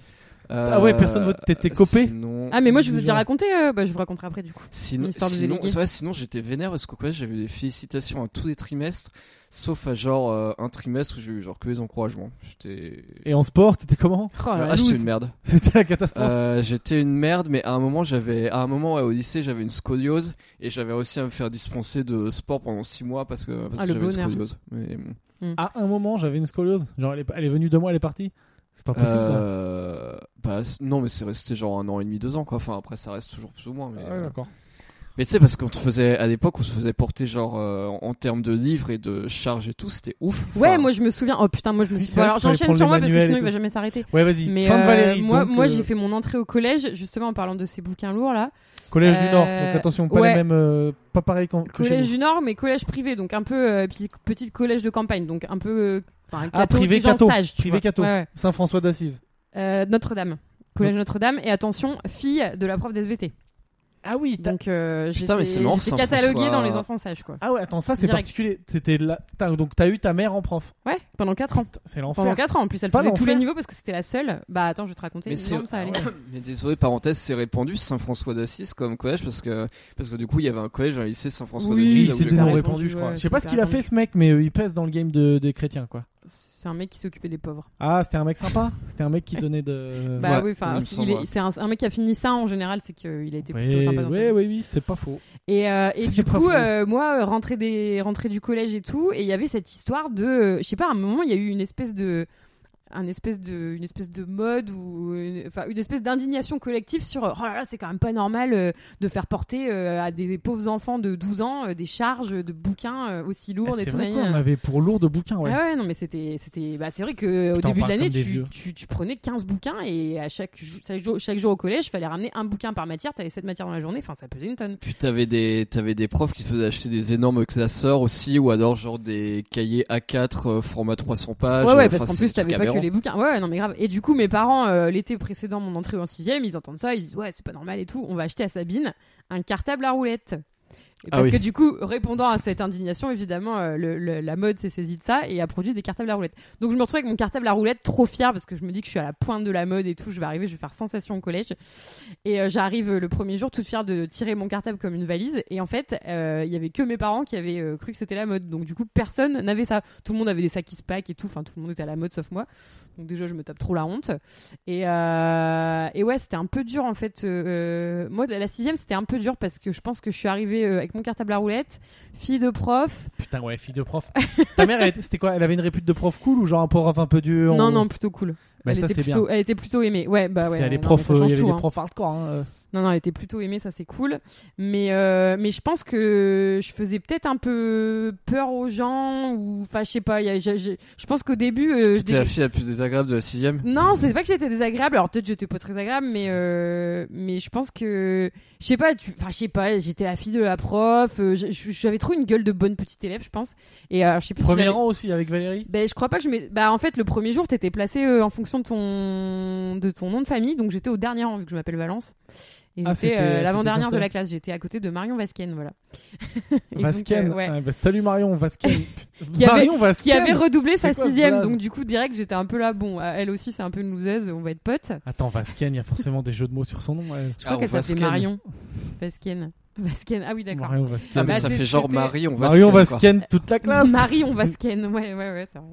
Euh, Ah ouais, personne vote- t'étais copé Sinon, Ah mais moi je vous ai déjà Déjà. raconté, euh, bah, je vous raconterai après du coup. Sinon, L'histoire des sinon, délégués. ouais, sinon j'étais vénère parce qu'au collège j'avais des félicitations à tous les trimestres, sauf à genre euh, un trimestre où j'ai eu genre que les encouragements. J'étais. Et en sport, t'étais comment Oh, la ah, j'étais loose. une merde. C'était la catastrophe. Euh, j'étais une merde, mais à un moment, j'avais, à un moment ouais, au lycée, j'avais une scoliose et j'avais réussi à me faire dispenser de sport pendant 6 mois parce que, parce Ah, que le j'avais une bonheur. scoliose. Mais, bon. À un moment, j'avais une scoliose. Genre, elle est, elle est venue de moi, elle est partie. C'est pas possible ça. Euh, bah, c- non, mais c'est resté genre un an et demi, deux ans quoi. Enfin, après, ça reste toujours plus ou moins. Mais, euh, Ah ouais, d'accord. mais tu sais, parce qu'on te faisait, à l'époque, on se faisait porter genre euh, en termes de livres et de charges et tout, c'était ouf. Ouais, Enfin, moi je me souviens. Oh putain, moi je me Oui, c'est souviens. Bon, vrai alors qu'il fallait j'enchaîne prendre sur les moi parce que manuels sinon et il va jamais s'arrêter. Ouais, vas-y. Mais fin de euh, Valérie. moi, donc, moi euh, j'ai fait mon entrée au collège justement en parlant de ces bouquins lourds là. Collège du euh, Nord. Donc attention, pas ouais. les mêmes. euh, pas pareil qu'en- que chez Collège nous. du Nord, mais collège privé, donc un peu euh, petit, petit collège de campagne, donc un peu. euh, enfin, Ah, catho, privé des gens catho, sages, tu privé vois. catho. Ouais, ouais. Saint-François d'Assise. Euh, Notre-Dame. Collège Notre-Dame. Et attention, fille de la prof d'SVT. Ah oui, t'as- Donc euh, Putain, mais j'étais c'est marrant, j'étais ça, cataloguée François. dans les enfants sages quoi. ah ouais, attends, ça c'est Direct. particulier. C'était là, t'as- donc t'as eu ta mère en prof. Ouais, pendant 4 ans. C'est Pendant l'enfer. 4 ans en plus, elle Pas faisait tous les l'enfer. niveaux parce que c'était la seule. Bah attends, je vais te raconter. Mais c'est- ah non, ça allait. Mais désolé, parenthèse, c'est répandu Saint-François d'Assise comme collège parce que parce que du coup il y avait un collège, un lycée Saint-François Oui, d'Assise. Oui, là où c'est j'ai des hyper noms grandi. répandu, répandus, je crois. ouais, c'est Je sais pas ce hyper qu'il a répandu. fait ce mec, mais euh, il pèse dans le game de- des chrétiens quoi. C'est un mec qui s'occupait des pauvres. Ah, c'était un mec sympa. C'était un mec qui donnait de. Bah Ouais, oui, enfin, il me il semble, est- ouais. c'est un, un mec qui a fini ça en général, c'est qu'il a été plutôt oui, sympa dans sa oui, vie. oui, oui, c'est pas faux. Et, euh, et C'est du pas coup, faux. euh, moi, euh, rentrée, des, rentrée du collège et tout, et il y avait cette histoire de, euh, je sais pas, à un moment, il y a eu une espèce de, un espèce de, une espèce de mode ou, une- enfin, une espèce d'indignation collective sur, euh, oh là là, c'est quand même pas normal euh, de faire porter euh, à des pauvres enfants de 12 ans euh, des charges de bouquins euh, aussi lourdes Ah, et c'est tout. vrai nan, quoi, nan. on avait pour lourd de bouquins, ouais. Ah ouais, non, mais c'était. c'était bah, c'est vrai qu'au Putain, on début de parle l'année, comme des tu, vieux. tu, tu prenais 15 bouquins et à chaque, jou- chaque, jour, chaque jour au collège, il fallait ramener un bouquin par matière. T'avais 7 matières dans la journée, enfin, ça pesait une tonne. Puis t'avais des t'avais des profs qui te faisaient acheter des énormes classeurs aussi ou alors genre des cahiers A4 euh, format 300 pages. ouais, euh, ouais, parce enfin, qu'en c'est plus, des t'avais trucs pas que aberrants. les bouquins. Ouais, ouais, non, mais grave. Et du coup, mes parents, euh, l'été précédent mon entrée en 6 ils entendent ça, ils disent Ouais, c'est pas normal et tout, on va acheter à Sabine un cartable à roulette. Et Ah parce oui. que du coup, répondant à cette indignation, évidemment, euh, le- le- la mode s'est saisie de ça et a produit des cartables à roulette. Donc je me retrouve avec mon cartable à roulette trop fier parce que je me dis que je suis à la pointe de la mode et tout, je vais arriver, je vais faire sensation au collège. Et euh, j'arrive euh, le premier jour toute fière de tirer mon cartable comme une valise. Et en fait, euh, il y avait que mes parents qui avaient euh, cru que c'était la mode. Donc du coup, personne n'avait ça. Tout le monde avait des sacs qui se packent et tout. Enfin, tout le monde était à la mode sauf moi. Donc déjà, je me tape trop la honte. Et, euh, et ouais, c'était un peu dur en fait. Euh, moi, la sixième, c'était un peu dur parce que je pense que je suis arrivée euh, avec mon cartable à roulette, fille de prof. Putain, ouais, fille de prof. Ta mère, elle était- c'était quoi Elle avait une répute de prof cool ou genre un prof un peu dur Non, non, plutôt cool. Bah, elle, ça, était c'est plutôt, elle était plutôt aimée. Ouais, bah ouais. c'est les non, mais profs, ça euh, il change y avait tout, des hein. profs hardcore. hein, euh. Non, non, elle était plutôt aimée, ça c'est cool. Mais, euh, mais je pense que je faisais peut-être un peu peur aux gens, ou enfin, je sais pas. il y a- j'ai- j'ai- je pense qu'au début. euh, je T'étais la dé- fille la plus désagréable de la sixième. Non, c'est pas que j'étais désagréable, alors peut-être j'étais pas très agréable, mais, euh, mais je pense que. Je sais pas, tu... enfin, je sais pas, j'étais la fille de la prof, euh, je- je- j'avais trop une gueule de bonne petite élève, je pense. Et euh, je sais plus si Premier j'avais- rang aussi avec Valérie. ben, je crois pas que je m'ai. Bah, en fait, le premier jour, t'étais placé euh, en fonction de ton... de ton nom de famille. Donc, j'étais au dernier rang, vu que je m'appelle Valence. Et Ah, j'étais c'était- euh, c'était l'avant-dernière comme ça. de la classe. J'étais à côté de Marion Vasquen, voilà. Et donc, Vasquen. euh, ouais. Ah, bah, salut Marion Vasquen. Qui avait- Marion Vasquen. Qui avait redoublé sa C'est quoi ce sixième. blaze Donc, du coup, direct, j'étais un peu là. Bon, euh, elle aussi, c'est un peu une loseuse. On va être potes. Attends, Vasquen, il y a forcément des jeux de mots sur son nom. ouais. Je crois Ah, qu'elle on va s'appelait scan. Marion Vasquen. Vasquen. Ah oui, d'accord. Marion Ah, Vasquen. mais Bah, ça c'est- fait genre c'était- Marie, on va Marion se calmer, quoi. Vasquen, toute la classe. Marion Vasquen. Ouais, ouais, ouais, c'est vrai.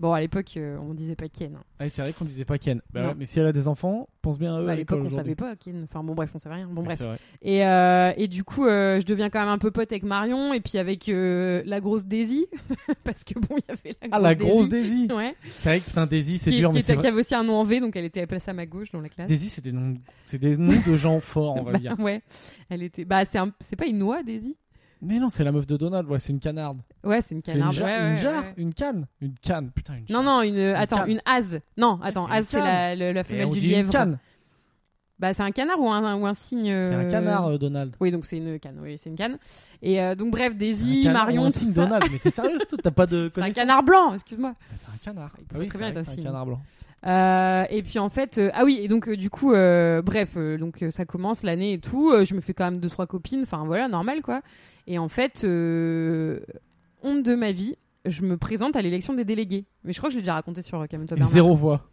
Bon, à l'époque, euh, on disait pas Ken. hein. Ah, c'est vrai qu'on disait pas Ken. Bah Non. ouais, mais si elle a des enfants, pense bien à eux. Bah, à l'époque, on l'école savait aujourd'hui. pas Ken. Enfin, bon, bref, on savait rien. Bon, Mais bref. c'est vrai. Et, euh, et du coup, euh, je deviens quand même un peu pote avec Marion et puis avec euh, la grosse Daisy. parce que bon, il y avait la grosse Ah, la grosse Daisy. Daisy. Ouais. C'est vrai que putain, Daisy, c'est Qui, dur, qui mais était- c'est qui vrai. avait aussi un nom en V, donc elle était placée à ma gauche dans la classe. Daisy, c'est des noms c'est des noms de gens forts, on va Bah, dire. ouais. Elle était. Bah, c'est un- c'est pas une noix, Daisy Mais non, c'est la meuf de Donald, ouais, c'est une canarde. Ouais, c'est une C'est une, canarde. jarre, ouais, une ouais, jarre, ouais. une canne, une canne, putain, une Non, jarre. non, une. attends, canne. Ah, une ase. Non, attends, c'est une ase, c'est canne. la, le- la Mais femelle on du dit une lièvre. canne. Bah, c'est un canard ou un, ou un signe. C'est un euh, canard, euh, Donald. Oui, donc c'est une canne. Oui, c'est une canne. Et euh, donc, bref, Daisy, C'est un canard ou Marion, un tout signe ça. Donald, mais t'es sérieuse, toi T'as pas de C'est un connaissance canard blanc, excuse-moi. C'est un canard. Il Ah pourrait oui, très c'est bien vrai être un que c'est signe. un canard blanc. Euh, et puis en fait, euh, ah oui, et donc euh, du coup, euh, bref, euh, donc euh, ça commence l'année et tout. euh, je me fais quand même deux trois copines, enfin voilà, normal quoi. Et en fait, euh, honte de ma vie, je me présente à l'élection des délégués. Mais je crois que je l'ai déjà raconté sur euh, Camille Toi, Et Bernard. zéro voix.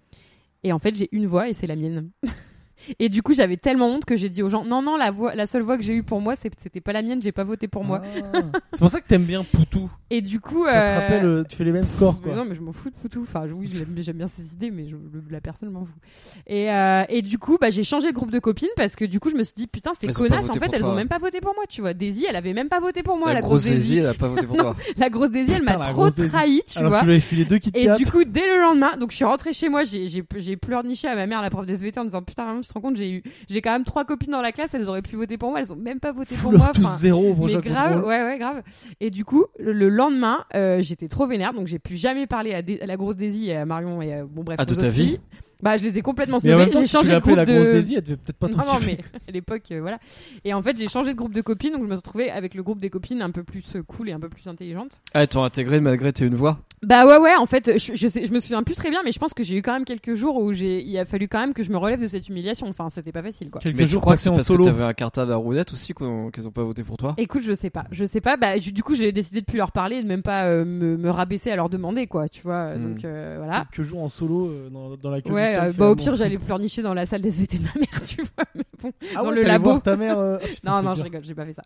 Et en fait, j'ai une voix et c'est la mienne. et du coup, j'avais tellement honte que j'ai dit aux gens, non non, la voix, la seule voix que j'ai eue pour moi, c'est- c'était pas la mienne, j'ai pas voté pour moi. Ah. C'est pour ça que t'aimes bien Poutou. Et du coup, Ça te euh, rappelle, euh, tu fais les mêmes scores, Mais quoi. non, mais je m'en fous de Poutou. Enfin, je- oui, je l'aime- j'aime bien ses idées, mais je- le- la personne m'en fout. Et, euh, et du coup, bah, j'ai changé de groupe de copines parce que du coup, je me suis dit, putain, ces Elles ont pas connasses, en voté fait, pour elles toi. ont même pas voté pour moi, tu vois. Daisy, elle avait même pas voté pour moi, la, La grosse Daisy. Daisy, elle a pas voté pour Non. toi. La grosse Daisy, elle m'a Putain, la trop grosse Daisy. trahi, tu Alors vois. tu lui avais filé deux Kit Et Kat. du coup, dès le lendemain, donc je suis rentrée chez moi, j'ai- j'ai j'ai pleurniché à ma mère, la prof des SVT, en disant putain, maman, tu te rends compte, j'ai eu, j'ai quand même trois copines dans la classe, elles auraient pu voter pour moi, elles ont même pas voté pour Fouleur moi. tous enfin, zéro pour mais Jacques grave, Rougeau. ouais, ouais, grave. Et du coup, le, le lendemain, euh, j'étais trop vénère, donc j'ai pu jamais parler à, Dé- à la grosse Daisy et à Marion et à, bon bref. Ah, aux de ta autres vie filles. Bah, je les ai complètement Mais en snobés. même temps, J'ai si tu changé de l'appelais groupe la grosse de. Daisy, elle devait peut-être pas trop Non, non, kiffer. mais à l'époque, euh, voilà. Et en fait, j'ai changé de groupe de copines, donc je me suis retrouvée avec le groupe des copines un peu plus euh, cool et un peu plus intelligente. Ah, t'as intégré malgré t'es une voix. Bah ouais, ouais, en fait, je, je, sais, je me souviens plus très bien, mais je pense que j'ai eu quand même quelques jours où j'ai, il a fallu quand même que je me relève de cette humiliation. Enfin, c'était pas facile, quoi. Quelques Mais je jours crois que passés c'est en parce solo. que t'avais un cartable à roulette aussi qu'on- qu'ils ont pas voté pour toi. Écoute, je sais pas, je sais pas. Bah, du du coup, j'ai décidé de plus leur parler, et de même pas euh, me, me rabaisser à leur demander, quoi. Tu vois, Hmm. donc euh, voilà. Quelques jours en solo euh, dans, dans la queue. Ouais, du euh, self, bah au finalement. pire, j'allais pleurnicher dans la salle des SVT de ma mère, tu vois. Mais bon, Ah dans ouais, le t'allais labo. voir ta mère. euh, ah, putain, non, c'est non, je dur. rigole, j'ai pas fait ça.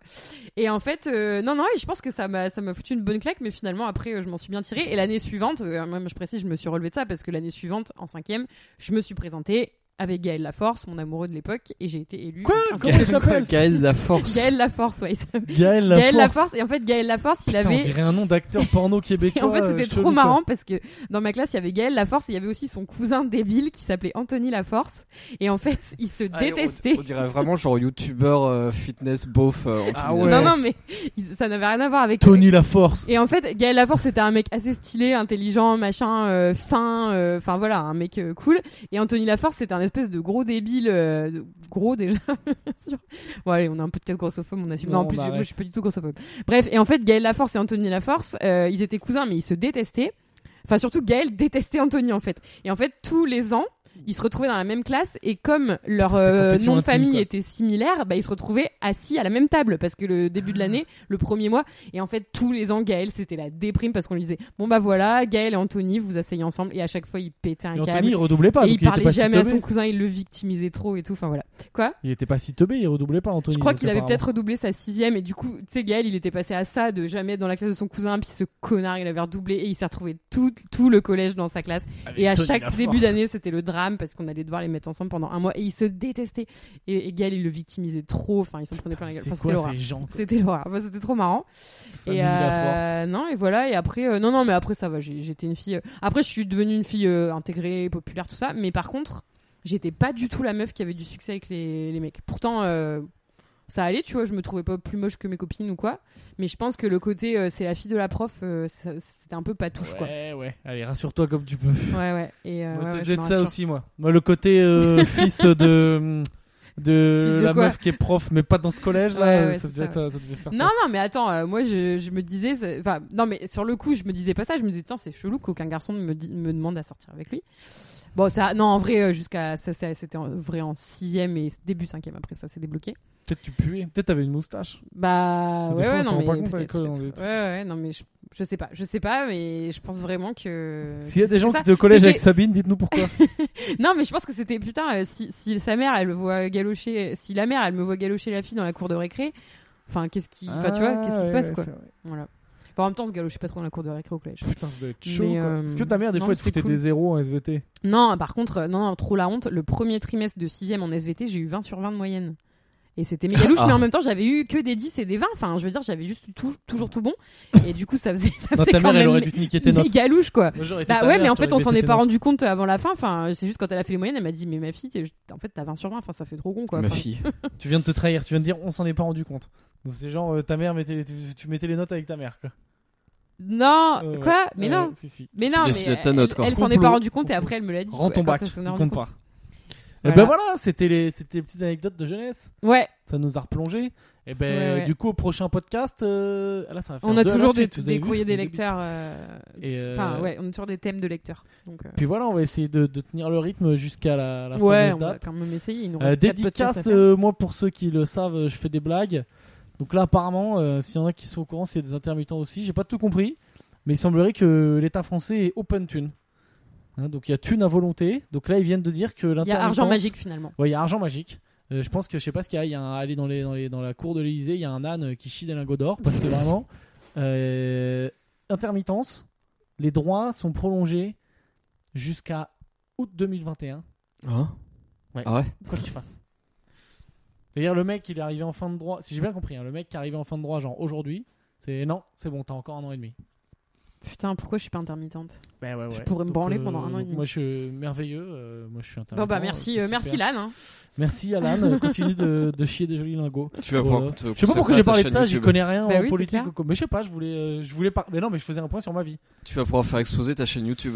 Et en fait, euh, non, non, et je pense que ça m'a, ça m'a foutu une bonne claque, mais finalement, après, euh, je m'en suis bien tirée. Et l'année suivante, euh, même je précise, je me suis relevée de ça parce que l'année suivante, en cinquième, je me suis présentée avec Gaël Laforce, mon amoureux de l'époque, et j'ai été élue. Quoi un Comment simple- il s'appelle Gaël la force. Gaël Laforce, ouais. il s'appelle- Gaël Laforce. Gaël Laforce, et en fait, Gaël Laforce, il Putain, avait. On dirait un nom d'acteur porno Et québécois. en fait, euh, c'était trop chelou, quoi. marrant parce que dans ma classe, il y avait Gaël Laforce, et il y avait aussi son cousin débile qui s'appelait Anthony Laforce. Et en fait, ils se Ah, et on- détestaient. On, dirait vraiment genre youtubeur euh, fitness beauf. euh, Anthony Ah ouais. Non, non, Laforce. mais ils- ça n'avait rien à voir avec. Tony Laforce. Et en fait, Gaël Laforce, c'était un mec assez stylé, intelligent, machin, euh, fin, euh, enfin voilà, un mec euh, cool. Et Anthony Laforce, c'était un espèce de gros débile, euh, de- gros déjà. bien sûr. bon, allez, on est un peu peut-être grossophobe, on assume. Non, Non, bah en plus, on je- moi, arrête. je suis pas du tout grossophobe. Bref, et en fait, Gaël Laforce et Anthony Laforce, euh, ils étaient cousins, mais ils se détestaient. Enfin, surtout, Gaël détestait Anthony, en fait. Et en fait, tous les ans, ils se retrouvaient dans la même classe et comme leur C'était euh, confession nom de intime, famille quoi. était similaire, bah, ils se retrouvaient assis à la même table parce que le début Ah. de l'année, le premier mois, et en fait tous les ans Gaël c'était la déprime parce qu'on lui disait bon bah voilà Gaël et Anthony vous asseyez ensemble et à chaque fois il pétait un Et câble Anthony, il redoublait pas. et donc il parlait était pas si jamais à son teubé. cousin, il le victimisait trop et tout. Enfin voilà. Quoi Il était pas si teubé, il redoublait pas, Anthony. je crois donc, qu'il avait apparemment. peut-être redoublé sa sixième et du coup, tu sais, Gaël, il était passé à ça de jamais être dans la classe de son cousin, puis ce connard, il avait redoublé et il s'est retrouvé tout, tout le collège dans sa classe. et à chaque début d'année, c'était le drame parce qu'on allait devoir les mettre ensemble pendant un mois et ils se détestaient. Et, et Gaël, il le victimisait trop, enfin, ils s'en prenaient plein la gueule. Enfin, C'est c'était quoi l'horreur. ces gens quoi C'était l'horreur. Enfin, c'était trop marrant. Famille et Laforce. euh, non et voilà et après euh, non non mais après ça va j'ai- j'étais une fille euh, après je suis devenue une fille euh, intégrée populaire tout ça mais par contre j'étais pas du tout la meuf qui avait du succès avec les, les mecs pourtant euh, ça allait tu vois je me trouvais pas plus moche que mes copines ou quoi mais je pense que le côté euh, c'est la fille de la prof euh, ça- c'était un peu patouche quoi Ouais, ouais. Allez, rassure-toi comme tu peux. ouais ouais et euh, Moi, ouais, c'est ouais, je j'ai me de ça rassure. aussi, moi. Moi, le côté euh, fils de. De, Fils de la quoi meuf qui est prof, mais pas dans ce collège, là, Ouais, ouais, ça, c'est ça, devait être- euh, ça devait faire Non, ça. non, mais attends, euh, moi je, je me disais, c'est- enfin, non, mais sur le coup, je me disais pas ça, je me disais, tiens, c'est chelou qu'aucun garçon ne me, dit- me demande à sortir avec lui. Bon, ça, non, en vrai, euh, jusqu'à ça, ça- c'était en vrai en 6ème et début 5ème, après ça s'est débloqué. Peut-être tu puais, peut-être t'avais une moustache. Bah, Des ouais, fois, ouais, on s'en non, rend mais. pas compte à peut-être, l'école, on peut-être. est- ouais, ouais, non, mais je, je sais pas, je sais pas, mais je pense vraiment que. S'il y a que des gens Euh, c'est qui te collège C'était- avec Sabine, dites-nous pourquoi. Non, mais je pense que c'était putain. euh, si, si sa mère, elle le voit galocher, si la mère, elle me voit galocher la fille dans la cour de récré, enfin, qu'est-ce qui, enfin, tu vois, Ah, qu'est-ce qui se ouais, passe ouais, quoi c'est vrai. Voilà. Enfin, en même temps, on se galochait pas trop dans la cour de récré au collège. Putain, ça doit être chaud. Mais, quoi. euh, Est-ce que ta mère, des non, fois, mais elle c'est te foutait cool. des zéros en SVT Non, par contre, euh, non, non, trop la honte. Le premier trimestre de 6ème en SVT, j'ai eu 20 sur 20 de moyenne. Et c'était méga louche, Ah. mais en même temps, j'avais eu que des 10 et des 20. Enfin, je veux dire, j'avais juste tout- toujours tout bon. Et du coup, ça faisait, ça Non, faisait ta quand mère, elle même aurait mé- dû te niquer tes notes. méga louche, quoi. Moi, j'aurais été Bah ta ouais, mère, mais en je t'aurais fait, on s'en baissé est tes pas notes. rendu compte avant la fin. Enfin, c'est juste quand elle a fait les moyennes, elle m'a dit, mais ma fille, t'es- en fait, t'as 20 sur 20. Enfin, ça fait trop con, quoi. Ma Enfin, fille. Tu viens de te trahir, tu viens de dire on s'en est pas rendu compte. Donc, C'est genre euh, ta mère mettait les- tu, tu mettais les notes avec ta mère quoi. non, Euh, Ah, quoi ouais. Mais Ouais, non. si, si. Mais Tu non, mais décides de ta elle, note, quoi. elle s'en est pas Complot. rendue compte et après elle me l'a dit. Rends quoi, ton quand bac, elle s'en est on rendue compte compte. pas. Et ben voilà, c'était les c'était les petites anecdotes de jeunesse. Ouais, Ça nous a replongé. Et ben Ouais, ouais. du coup au prochain podcast euh, ah là ça va faire on a deux à la toujours des, suite, vous avez des vu, courriers des début. lecteurs. euh, Et, euh, Enfin, ouais, on est sur des thèmes de lecteurs. Donc, euh, Puis voilà, on va essayer de, de tenir le rythme jusqu'à la, la ouais, fameuse on va date. quand même essayer. Il nous Euh, reste quatre podcasts à dédicace, faire. euh, moi pour ceux qui le savent, euh, je fais des blagues. Donc là apparemment, euh, s'il y en a qui sont au courant, s'il y a des intermittents aussi, j'ai pas tout compris, mais il semblerait que l'État français est open tune. Hein, donc il y a thune à volonté. Donc là ils viennent de dire que Il y a argent l'intermittent- magique finalement. Ouais, il y a argent magique. Euh, je pense que je sais pas ce qu'il y a. Il y a un, allez, dans, les, dans, les, dans la cour de l'Elysée, il y a un âne qui chie des lingots d'or parce que vraiment, euh, intermittence, les droits sont prolongés jusqu'à août 2021. Hein Ouais. Ah ouais Quoi qu'il fasse. C'est-à-dire, le mec, il est arrivé en fin de droit. Si j'ai bien compris, hein, le mec qui est arrivé en fin de droit, genre aujourd'hui, c'est non, c'est bon, t'as encore un an et demi. Putain, pourquoi je suis pas intermittente Ben ouais, Je pourrais me branler pendant un an et donc demi. Moi, je suis merveilleux. euh, moi, je suis Bon intermittent. bah euh, merci, c'est euh, merci super. Lan. hein. Merci, Alan. euh, Continue de, de chier des jolis lingots. Tu vas Voilà. pouvoir te Je sais pas consacrer à pourquoi j'ai ta parlé de chaîne ça, j'y YouTube. connais rien Bah en oui, c'est politique. clair. ou quoi. Mais je sais pas, je voulais, euh, je voulais par... Mais non, mais je faisais un point sur ma vie. Tu vas pouvoir faire exploser ta chaîne YouTube.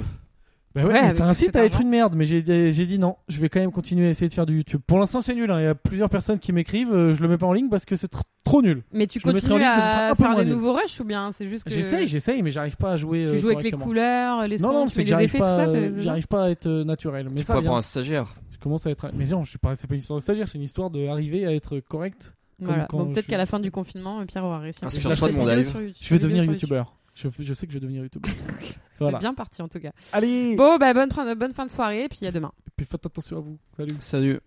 Bah ouais, Ouais, mais avec ça tout incite cet à être argent. une merde, mais j'ai j'ai dit non, je vais quand même continuer à essayer de faire du YouTube. Pour l'instant, c'est nul, hein. il y a plusieurs personnes qui m'écrivent, euh, je le mets pas en ligne parce que c'est tr- trop nul. Mais tu Je le mettrai en continues ligne, que ce sera un à peu faire moins des nul. nouveaux rushs ou bien c'est juste que J'essaye, j'essaye, mais j'arrive pas à jouer. tu euh, joues avec les correctement. couleurs, les sons, Non, non, tu c'est mets que des j'arrive effets, tout pas, ça. euh, c'est- j'arrive pas à être euh, naturel. Mais C'est ça, pas pour vient. un stagiaire. je commence à être. Mais non, je suis pas, c'est pas une histoire de stagiaire, c'est une histoire d'arriver à être correct. Voilà. quand Donc je peut-être suis- qu'à la fin du confinement, Pierre aura réussi. à faire Inspire-toi des de mon vidéos live. sur YouTube. Je vais Des vidéos devenir sur YouTube. youtubeur. Je, je sais que je vais devenir youtubeur. C'est voilà. bien parti en tout cas. Allez Bon, bah bonne fin bonne fin de soirée et puis à demain. Et puis faites attention à vous. Salut. Salut.